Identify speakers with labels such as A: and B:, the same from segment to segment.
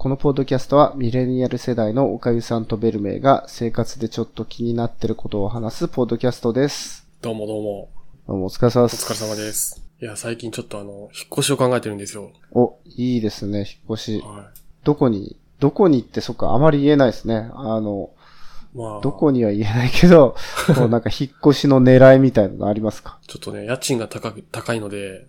A: このポッドキャストはミレニアル世代のおかゆさんとベルメイが生活でちょっと気になってることを話すポッドキャストです。
B: どうもどうも。
A: どうもお疲れ様で
B: お
A: す。
B: 疲れ様で。す。いや、最近ちょっとあの、引っ越しを考えてるんですよ。
A: お、いいですね、引っ越し。
B: は
A: どこに、どこにってそっか、あまり言えないですね。あの、
B: い。まあ、
A: どこには言えないけ ど、こうなんか引っ越しの狙いみたいなのありますか
B: ちょっとね、家賃が高く、高いので、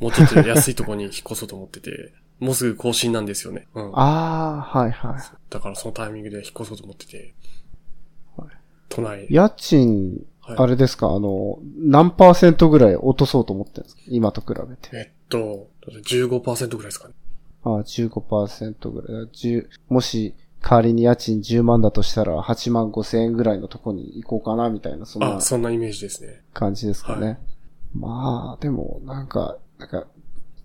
B: もうちょっと安いとこに引っ 越そうと思ってて、もうすぐ更新なんですよね。うん。
A: あー、はいはい。
B: だからそのタイミングで引っ越そうと思ってて
A: はい。
B: 都内。
A: 家賃、
B: はい
A: あれですか、あの、何パーセントぐらい落とそうと思ってるんですか今と比べて。
B: えっと、15%ぐらいですかね。
A: ああ、15%ぐらい。10もし、代わりに家賃10万だとしたら、8万5千円ぐらいのとこに行こうかな、みたいな、そんな
B: あ、そんなイメージですね。
A: 感じですかね。
B: は
A: まあ、でも、なんか、なんか、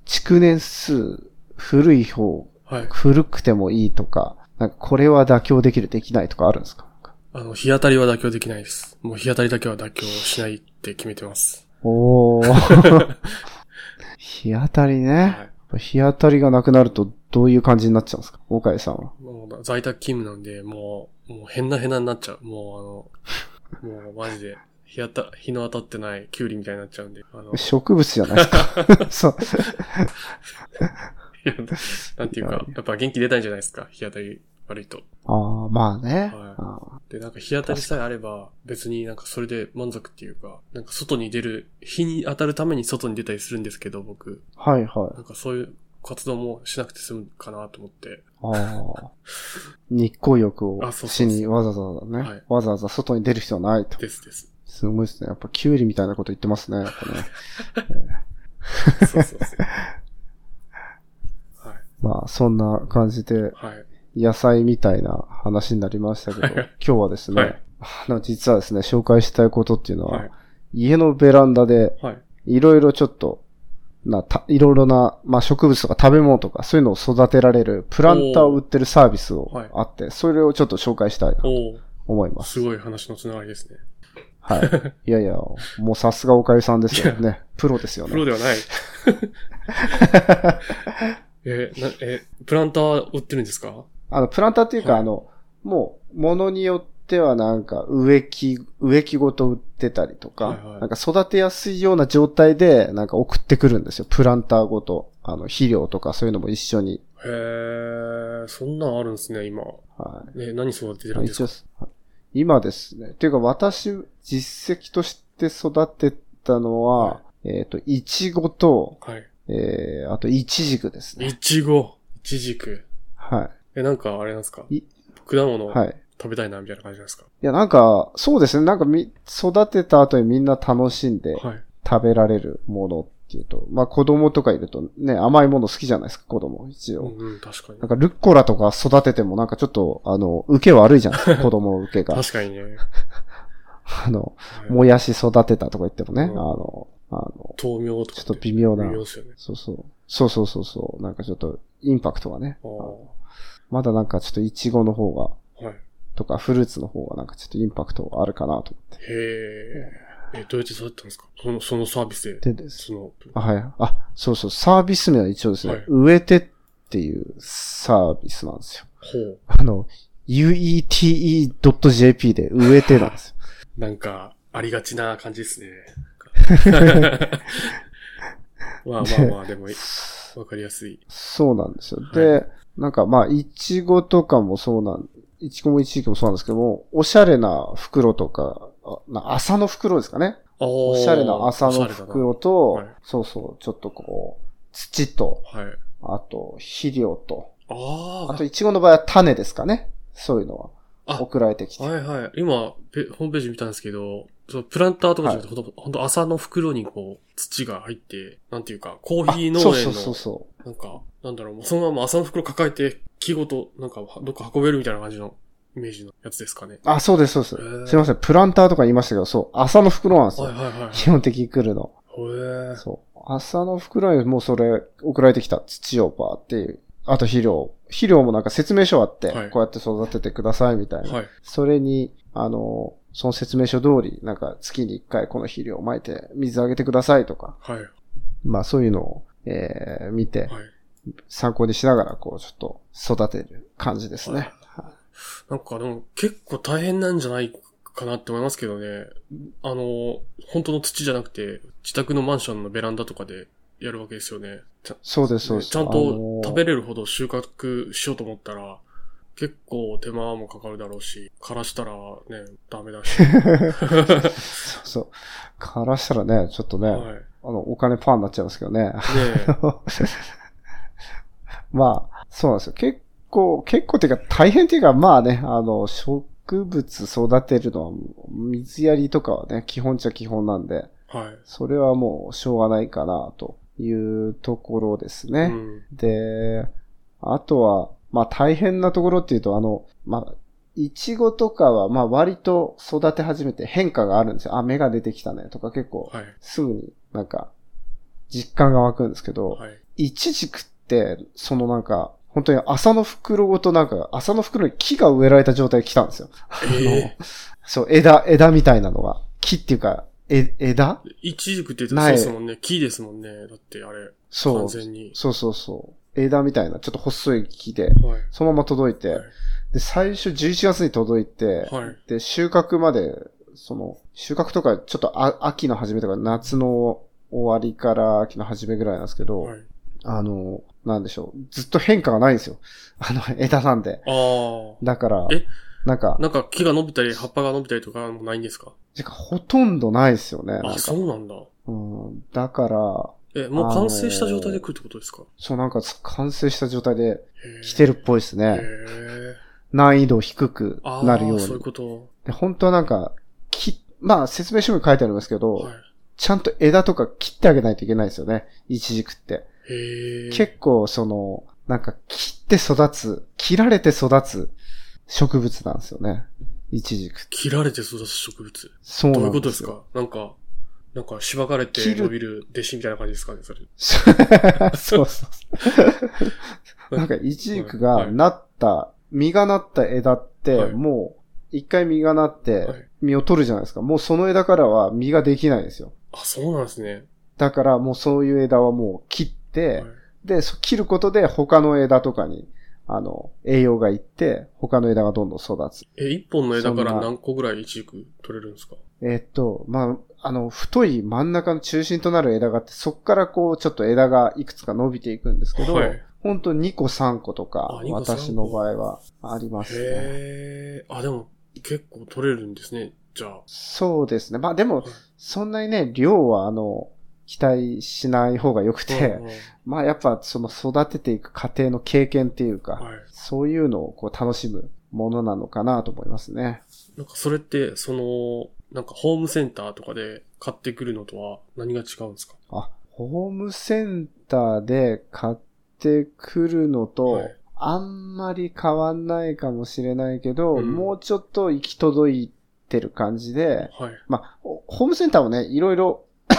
A: 築年数、古い方、
B: はい。
A: 古くてもいいとか、なんか、これは妥協できる、できないとかあるんですか
B: あの、日当たりは妥協できないです。もう日当たりだけは妥協しないって決めてます。
A: おー。 日当たりね。
B: はい。
A: 日当たりがなくなると、どういう感じになっちゃうんですか岡井さんは。
B: もう在宅勤務なんで、もう、もう変な変なになっちゃう。もうあの、もうマジで、日当た、日の当たってないキュウリみたいになっちゃうんで、あの、
A: 植物じゃないですか。 そう。
B: なんていうか、やっぱ元気出ないじゃないですか、日当たり悪いと。
A: ああ、まあね。
B: はい
A: あー
B: で、なんか日当たりさえあれば、別になんかそれで満足っていうか、なんか外に出る、日に当たるために外に出たりするんですけど、僕、
A: はいはい。
B: なんかそういう活動もしなくて済むかなと思って、
A: ああ。日光浴を
B: あそうそう
A: し
B: そう
A: にわざわざね、
B: はい
A: わざわざ外に出る必要はないと。
B: ですです。
A: すごいですね。やっぱキュウリみたいなこと言ってます ね。やっぱね
B: そう そうそう。はい。
A: まあそんな感じで
B: はい。
A: 野菜みたいな話になりましたけど、
B: はい
A: 今日はですね、
B: はい
A: あの実はですね、紹介したいことっていうのは、
B: はい。
A: 家のベランダで
B: はい。
A: いろいろちょっと、な、た、いろいろな、まあ、植物とか食べ物とか、そういうのを育てられる、プランターを売ってるサービス
B: おー
A: を
B: はい
A: あって、それをちょっと紹介したいなと
B: おー。
A: 思います。
B: すごい話のつながりですね。
A: はい。いやいや、もうさすがおかゆさんですよね。プロですよ
B: プロ
A: ね。
B: では ない。え、な、え、プランター売ってるんですか
A: あの、プランターっていうか、
B: はい
A: あの、もう、ものによってはなんか植木、植木ごと売ってたりとか、
B: はいはい
A: なんか育てやすいような状態で、なんか送ってくるんですよ。プランターごと。あの、肥料とかそういうのも一緒に。
B: へー、そんなんあるんですね、今。
A: はい。
B: え、何育ててるんですか
A: 一応今ですね。っていうか私、実績として育てたのは、
B: は
A: えっ、と、いちごと、
B: はい。
A: えー、あと、いちじくですね。
B: いちご、いちじく。
A: は
B: え、なんかあれなんですか
A: い
B: 果
A: い。
B: 物
A: はい。
B: 食べたいな、みたいな感じなんですか
A: いや、なんか、そうですね。なんかみ、育てた後にみんな楽しんで
B: はい。
A: 食べられるものっていうと、まあ子供とかいるとね、甘いもの好きじゃないですか、子供、一
B: う
A: 応。
B: ん、うん、確かに
A: なん。かルッコラとか育ててもなんかちょっと、あの、受け悪いじゃない ですか、子供の受けが。
B: 確かにね。
A: あの、
B: はい
A: もやし育てたとか言ってもね、
B: うん
A: あの、あの、
B: 豆苗とか
A: ちょ
B: て。
A: っと微妙な
B: 微妙ですよね。
A: そうそう。そうそうそうそう。なんかちょっと、インパクトがね。
B: あー
A: まだなんかちょっとイチゴの方が、
B: はい。
A: とかフルーツの方がなんかちょっとインパクトあるかなと思っ
B: へー。え、どうやって育てたんですかその、そのサービスで。
A: て。でです
B: その、
A: あ、はい。あ、そうそう。サービス名は一応ですね、
B: はい
A: 植えてっていうサービスなんですよ。
B: ほう。
A: あの、uete.jp で植えてなんですよ。
B: なんか、ありがちな感じ ですね。まあまあまあ、でも、わかりやすい。
A: そうなんですよ。
B: は
A: で、なんかまあ、いちごとかもそうなん、いちごもいちごもそうなんですけども、おしゃれな袋とか、あな麻の袋ですかね。
B: お
A: おしゃれな麻の袋と、
B: おしゃれだなはい
A: そうそう、ちょっとこう、土と、
B: はい。
A: あと肥料と、
B: あ
A: あ
B: あ
A: と、いちごの場合は種ですかね。そういうのは、
B: あ
A: 送られてきて。
B: はいはい。今、ペホームページ見たんですけど、そのプランターとかじゃなくて、ほんと、ほんと麻の袋にこう、土が入って、なんていうか、コーヒー農
A: そう
B: 園
A: そうそうそ
B: の、なんか、なんだろう、もうそのまま麻の袋抱えて、木ごと、なんか、どっか運べるみたいな感じのイメージのやつですかね。
A: う。あ、そうです、そうです。
B: へー
A: すいません、プランターとか言いましたけど、そう、麻の袋なんです
B: はい
A: よ。
B: はいはい。
A: 基本的に来るの。
B: ほえー。
A: そう。麻の袋にもうそれ送られてきた土をバーっていう。あと肥料。肥料もなんか説明書あって、
B: はい
A: こうやって育ててくださいみたいな。
B: はい。
A: それに、あの、その説明書通り、なんか月に1回この肥料をまいて水あげてくださいとか、
B: はい。
A: まあそういうのを、えー、見て、
B: はい。
A: 参考にしながら、こう、ちょっと育てる感じですね。
B: なんかでも結構大変なんじゃないかなって思いますけどね。あの、本当の土じゃなくて、自宅のマンションのベランダとかでやるわけですよね。ちゃ
A: そうです、そうです。
B: ちゃん
A: あの
B: と
A: ー
B: 食べれるほど収穫しようと思ったら、結構手間もかかるだろうし、からしたらね、ダメ だし。
A: そうそう。からしたらね、ちょっとね、
B: はい。ね
A: あの、お金パーになっちゃうんですけどね。
B: え。
A: まあ、そうなんですよ。結構、結構っていうか、大変っていうか、まあね、あの、植物育てるのは、水やりとかはね、基本っちゃ基本なんで、
B: はい。
A: それはもう、しょうがないかな、というところです ね。
B: うん。
A: で、あとは、まあ大変なところっていうと、あの、まあ、いちごとかは、まあ割と育て始めて変化があるんですよ。あ、芽が出てきたねとか結構、
B: はい。
A: すぐになんか、実感が湧くんですけど、
B: はい。
A: いちじくって、そのなんか、本当に朝の袋ごとなんか、朝の袋に木が植えられた状態で来たんですよ。
B: ええ
A: そう、枝、枝みたいなのが。木っていうか、え、枝
B: いちじくって言うと
A: な
B: そう
A: い
B: ですもんね。木ですもんね。だってあれ、
A: そ
B: 完
A: う。
B: 全に。
A: そうそうそう。枝みたいな、ちょっと細い木で、
B: はい。
A: そのまま届いて、
B: はい
A: で、最初11月に届いて、
B: はい
A: で、収穫まで、その、収穫とか、ちょっとあ秋の初めとか、夏の終わりから秋の初めぐらいなんですけど、
B: はい。
A: あの、なんでしょう。ずっと変化がないんですよ。 あの、枝なんで。
B: あ
A: だから
B: え、
A: なんか
B: あ。、なんか木が伸びたり、葉っぱが伸びたりとかもないんですか
A: てかほとんどないですよね。なん
B: あ、
A: か
B: そうなんだ。
A: うん、だから、
B: え、もう完成した状態で来るってことですか、
A: そうなんか完成した状態で
B: へー
A: 来てるっぽいです
B: へ
A: ね。
B: え。
A: 難易度低く
B: ああ、
A: なるように。
B: そういうこと。
A: で本当はなんか、き、まあ説明書に書いてありますけど、
B: はい。
A: ちゃんと枝とか切ってあげないといけないんですよね。イチジクって。
B: へえ。
A: 結構その、なんか切って育つ、切られて育つ植物なんですよね。イチジク。
B: 切られて育つ植物。
A: そう
B: どうい
A: な
B: うんこと
A: で
B: で
A: す
B: す
A: よ。
B: かなんか、なんか、しばかれて
A: 切る
B: 伸びる弟子みたいな感じですかね、それ。
A: そうそう。なんかイチジクがなった、実がなった枝って、
B: はい
A: もう、一回実がなっ
B: はい
A: て、実を取るじゃないですか。もうその枝からは実ができないんですよ。
B: あ、そうなんですね。
A: だからもうそういう枝はもう切って、
B: はい
A: で、そ切ることで他の枝とかに、あの、栄養がいって、他の枝がどんどん育つ。
B: え、一本の枝か
A: そ
B: ら
A: んな
B: 何個ぐらいイチジク取れるんですか
A: えーっと、まあ、あの、太い真ん中の中心となる枝があって、そっからこう、ちょっと枝がいくつか伸びていくんですけど、
B: はい。
A: ほんと2個3個とか
B: あ、2個3個
A: 私の場合はありますね。
B: へえ。あ、でも、結構取れるんですね。じゃあ。
A: そうですね。まあで
B: は
A: も
B: い、
A: そんなにね、量はあの、期待しない方が良くて、
B: うんうん
A: まあやっぱその育てていく過程の経験っていうか、
B: はい。
A: そういうのをこう楽しむものなのかなと思いますね。
B: なんかそれって、その、なんかホームセンターとかで買ってくるのとは何が違うんですか
A: あ、ホームセンターで買ってくるのと、
B: はい
A: あんまり変わんないかもしれないけど、
B: うん
A: もうちょっと行き届いてる感じで、
B: はい。
A: まあ、おホームセンターもね、いろいろ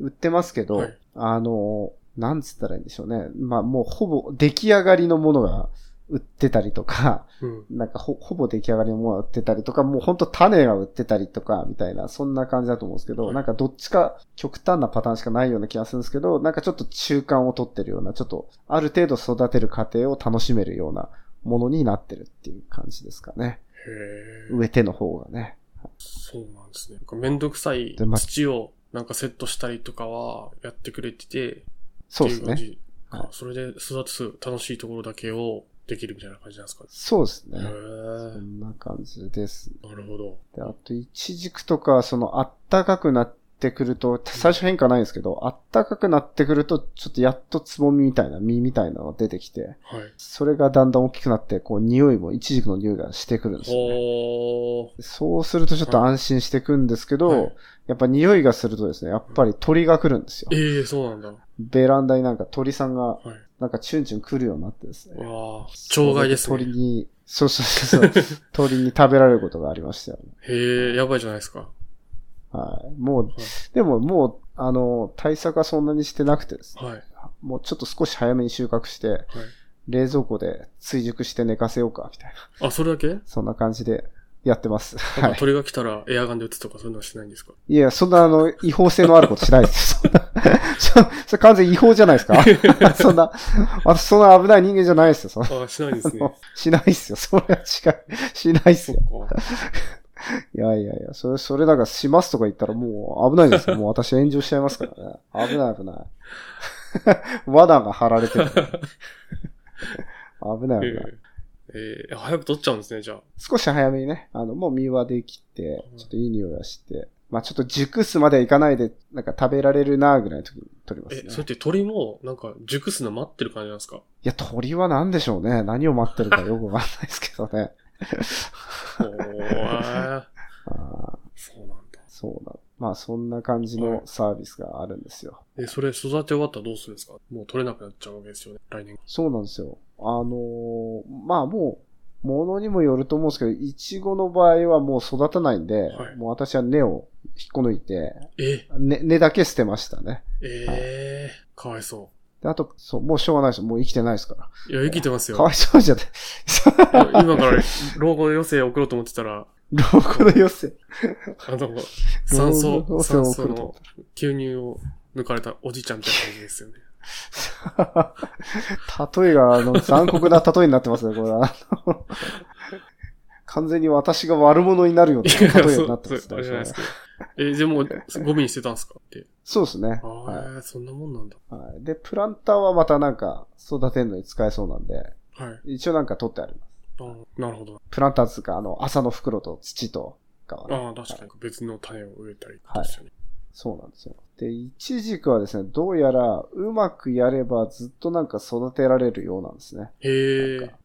A: 売ってますけど、
B: はい
A: あの、なんつったらいいんでしょうね。まあ、もうほぼ出来上がりのものが売ってたりとか、
B: うん。
A: なんかほほぼ出来上がりのものが売ってたりとか、もうほんと種が売ってたりとか、みたいな、そんな感じだと思うんですけど、
B: はい
A: なんかどっちか極端なパターンしかないような気がするんですけど、なんかちょっと中間を取ってるような、ちょっとある程度育てる過程を楽しめるようなものになってるっていう感じですかね。
B: へえ。
A: 植え手の方がね。
B: そうなんですね。なんかめんどくさい
A: でま
B: 土をなんかセットしたりとかはやってくれてて、
A: そうです
B: っていう感
A: ね。
B: じか
A: はい
B: それで育つ楽しいところだけをできるみたいな感じなんですかね。
A: そうです
B: へ
A: ね。そ
B: え。
A: んな感じです
B: なるほど。
A: で、あと、イチジクとか、その、あったかくなってくると、最初変化ないんですけど、あったかくなってくると、ちょっとやっとつぼみみたいな、実みたいなのが出てきて、
B: はい。
A: それがだんだん大きくなって、こう、匂いも、イチジクの匂いがしてくるんですよ、ね。
B: ほー。
A: そうするとちょっと安心してくんですけど、
B: はい
A: やっぱ匂いがするとですね、やっぱり鳥が来るんですよ。
B: ええそうなんだ。は
A: ベランダになんか鳥さんが、
B: い。
A: なんかチュンチュン来るようになってですね。
B: わあ、鳥害です
A: 鳥
B: ね。
A: に、そうそうそうそう、鳥に食べられることがありましたよ。
B: へえ、やばいじゃないですか。
A: はい。もう、でももう、あの、対策はそんなにしてなくてですね。
B: はい。はい。
A: もうちょっと少し早めに収穫して、冷蔵庫で追熟して寝かせようか、みたいな。
B: あ、それだけ
A: そんな感じでやって ます。
B: な
A: は
B: んか
A: い。
B: 鳥が来たらエアガンで撃つとかそういうのはしないんですか
A: いや、そんな、あの、違法性のあることしない です。そんな、そそれ完全に違法じゃないですか そんな、私そんな危ない人間じゃないですよ。そんな
B: ああ、しないん ですね。
A: あのしないですよ。それは違う。しないです
B: そ
A: よ。
B: っか。
A: いやいやいや、それ、それだからしますとか言ったらもう危ないです よ。もう私炎上しちゃいますからね。危ない危ない。 罠が張られてる。危ない危ない。
B: えーえー早く取っちゃうんですね、じゃあ。
A: 少し早めにね、あの、もう身はできて、ちょっといい匂いはして、まあちょっと熟すまではいかないで、なんか食べられるなぐらいの時に取ります
B: え、
A: ね。
B: それって鳥も、なんか、熟すの待ってる感じなんで すか
A: いや、鳥は何でしょうね。何を待ってるかよくわかんないですけどね。
B: おー
A: あー
B: そうなんだ。
A: そうだ。まあそんな感じのサービスがあるんですよ。
B: え、それ育て終わったらどうするんですかもう取れなくなっちゃうわけですよね、来年。
A: そうなんですよ。あのーまあもう、ものにもよると思うんですけど、イチゴの場合はもう育たないんで、
B: はい
A: もう私は根を引っこ抜いて、
B: え、
A: 根、根だけ捨てましたね。
B: えー、かわいそ
A: で、あと、そう、もうしょうがないです。もう生きてないですか
B: う。いや、生きてます
A: ら。
B: よ。
A: かわいそうじゃない。
B: いや今から老後余生送ろうと思ってたら、
A: 老後の寄せ。
B: あの、酸
A: 老後の
B: 素、
A: 余生を
B: 酸
A: 送
B: 素
A: ると
B: の吸入を抜かれたおじいちゃんみたいな感じですよね。
A: 例えが、あ の、残酷な例えになってますね、これは。あの完全に私が悪者になるよう
B: い
A: な
B: や、そ
A: 例え
B: う
A: になってます
B: そうあれじゃない
A: ね
B: です。か。え、でも、ゴミに捨てたんですかって。
A: そうですね。
B: あ
A: はい
B: あ、そんなもんなんだ。
A: はい。で、プランターはまたなんか育てるのに使えそうなんで、
B: はい。
A: 一応なんか取ってあります。
B: あーなるほど。
A: プランターっつうか、あの、朝の袋と土とかはね。
B: ああ、確かに別の種を植えたりですよね。
A: そうなんですよ。で、イチジクはですね、どうやらうまくやればずっとなんか育てられるようなんですね。
B: へ
A: なん
B: え
A: か。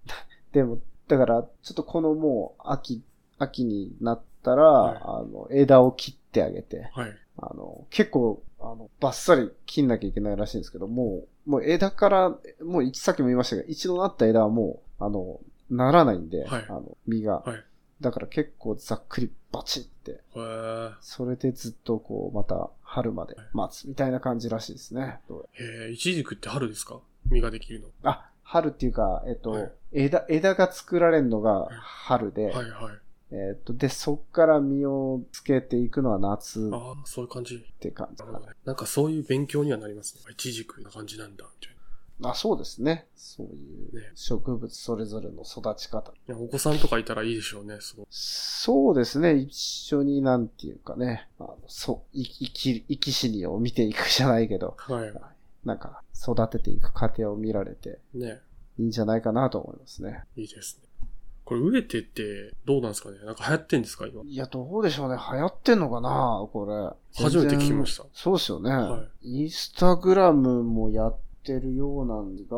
A: でも、だから、ちょっとこのもう秋、秋になったら、
B: はい
A: あの、枝を切ってあげて、
B: はい。
A: あの、結構、あの、バッサリ切んなきゃいけないらしいんですけど、もう、もう枝から、もうさっきも言いましたが、一度なった枝はもう、あの、ならないんで、
B: はい
A: あの、実が、
B: はい
A: だから結構ざっくりバチって、
B: へー
A: それでずっとこう、また春まで待つみたいな感じらしいですね。どうや
B: へえ、イチジクって春ですか実ができるの。
A: あ、春っていうか、えっと、
B: はい
A: 枝、枝が作られるのが春で、
B: はいはい。
A: えっと、で、そっから実をつけていくのは夏っ
B: ああ、そういう感じ。
A: て感じか
B: なるほどね。なんかそういう勉強にはなりますね。イチジクな感じなんだ、みたいな。
A: な。あ、そうですね。そういう
B: ね
A: 植物それぞれの育ち方。
B: いやお子さんとかいたらいいでしょうね、すごい。
A: そうですね。一緒になんていうかね、あのそう、生き、生き、生き死にを見ていくじゃないけど、
B: は
A: なんか育てていく過程を見られて
B: い。ね。
A: いいんじゃないかなと思いますね。
B: いいですね。これ植えてってどうなんですかねなんか流行ってんですか今。
A: いや、どうでしょうね。流行ってんのかなこれ。
B: 初めて聞きました
A: 全然そうですよね。
B: は
A: インスタグラムもやってるようなんですが、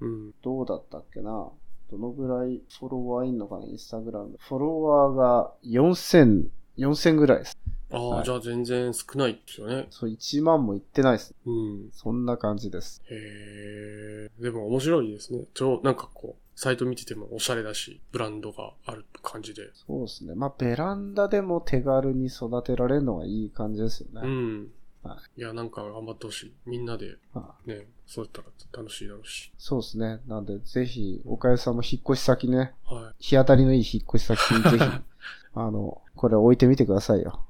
B: うん。
A: どうだったっけなどのぐらいフォロワーいんのかなインスタグラム。フォロワーが4000、4000ぐらいです。
B: ああ、
A: はい
B: じゃあ全然少ないですよね。
A: そう、1万もいってないです。
B: うん。
A: そんな感じです。
B: へえ。でも面白いですね。ちょ、なんかこう、サイト見ててもおしゃれだし、ブランドがある感じで。
A: そうですね。まあ、ベランダでも手軽に育てられるのがいい感じですよ
B: う
A: ね。
B: ん
A: はい
B: や、なんか頑張ってほしい。みんなで、
A: あ
B: ね、そうやったら楽しいだろうし。
A: そうですね。なんで、ぜひ、岡かさんも引っ越し先ね、
B: は
A: 日当たりのいい引っ越し先に ぜひ、あの、これ置いてみてくださいよ。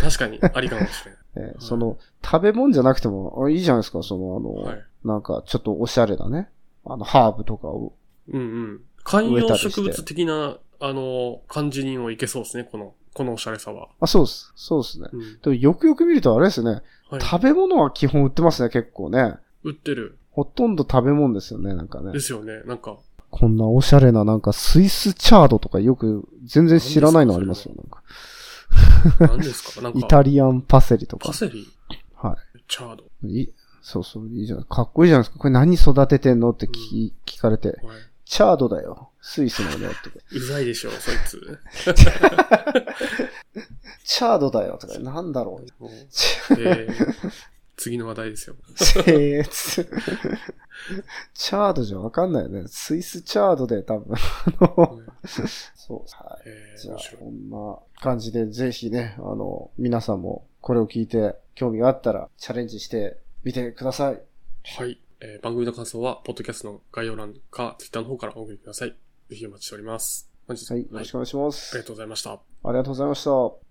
B: い。確かに、ありかもし れない。
A: えーその、食べ物じゃなくても、あいいじゃないですか、その、あの、
B: はい。
A: なんか、ちょっとおしゃれだね。あの、ハーブとかを。
B: うんうん。観葉植物的な、あの、感じにもいけそうですね、この、このおしゃれさは。
A: あ、そうです。そうですね。
B: うん。
A: でもよくよく見るとあれですね。
B: はい。
A: 食べ物は基本売ってますね、結構ね。
B: 売ってる。
A: ほとんど食べ物ですよね、なんかね
B: で。すよね。なん か、
A: こんなおしゃれな、なんかスイスチャードとかよく全然知らないのありますよ。なんか
B: 何ですかな
A: イ
B: ん
A: タ
B: か、
A: リアンパセリとか
B: パ。セリ
A: は
B: チャード。
A: い。いそうそう、いいじゃん。かっこいいじゃないですか。これ何育ててんのって聞,、聞かれて。
B: はい。
A: チャードだよ。スイスのね。とか。
B: うざいでしょ、そいつ。
A: チャードだよ。とか。なんだろう。
B: もう
A: チ
B: えー、次の話題ですよ。
A: ャチャードじゃわかんないよね。スイスチャードで多分。あの
B: うん
A: そう。は
B: え
A: い。
B: ー、
A: じゃあ
B: 面、白い
A: こ。んな感じで、ぜひね、あの、皆さんもこれを聞いて、興味があったらチャレンジしてみてください。
B: はい。えー番組の感想は、ポッドキャストの概要欄か、ツイッターの方からお送りください。ぜひお待ちしております。本日
A: はい。よ
B: は
A: ろ
B: い
A: しくお願いしま
B: あり
A: す。
B: がとうございました。
A: ありがとうございました。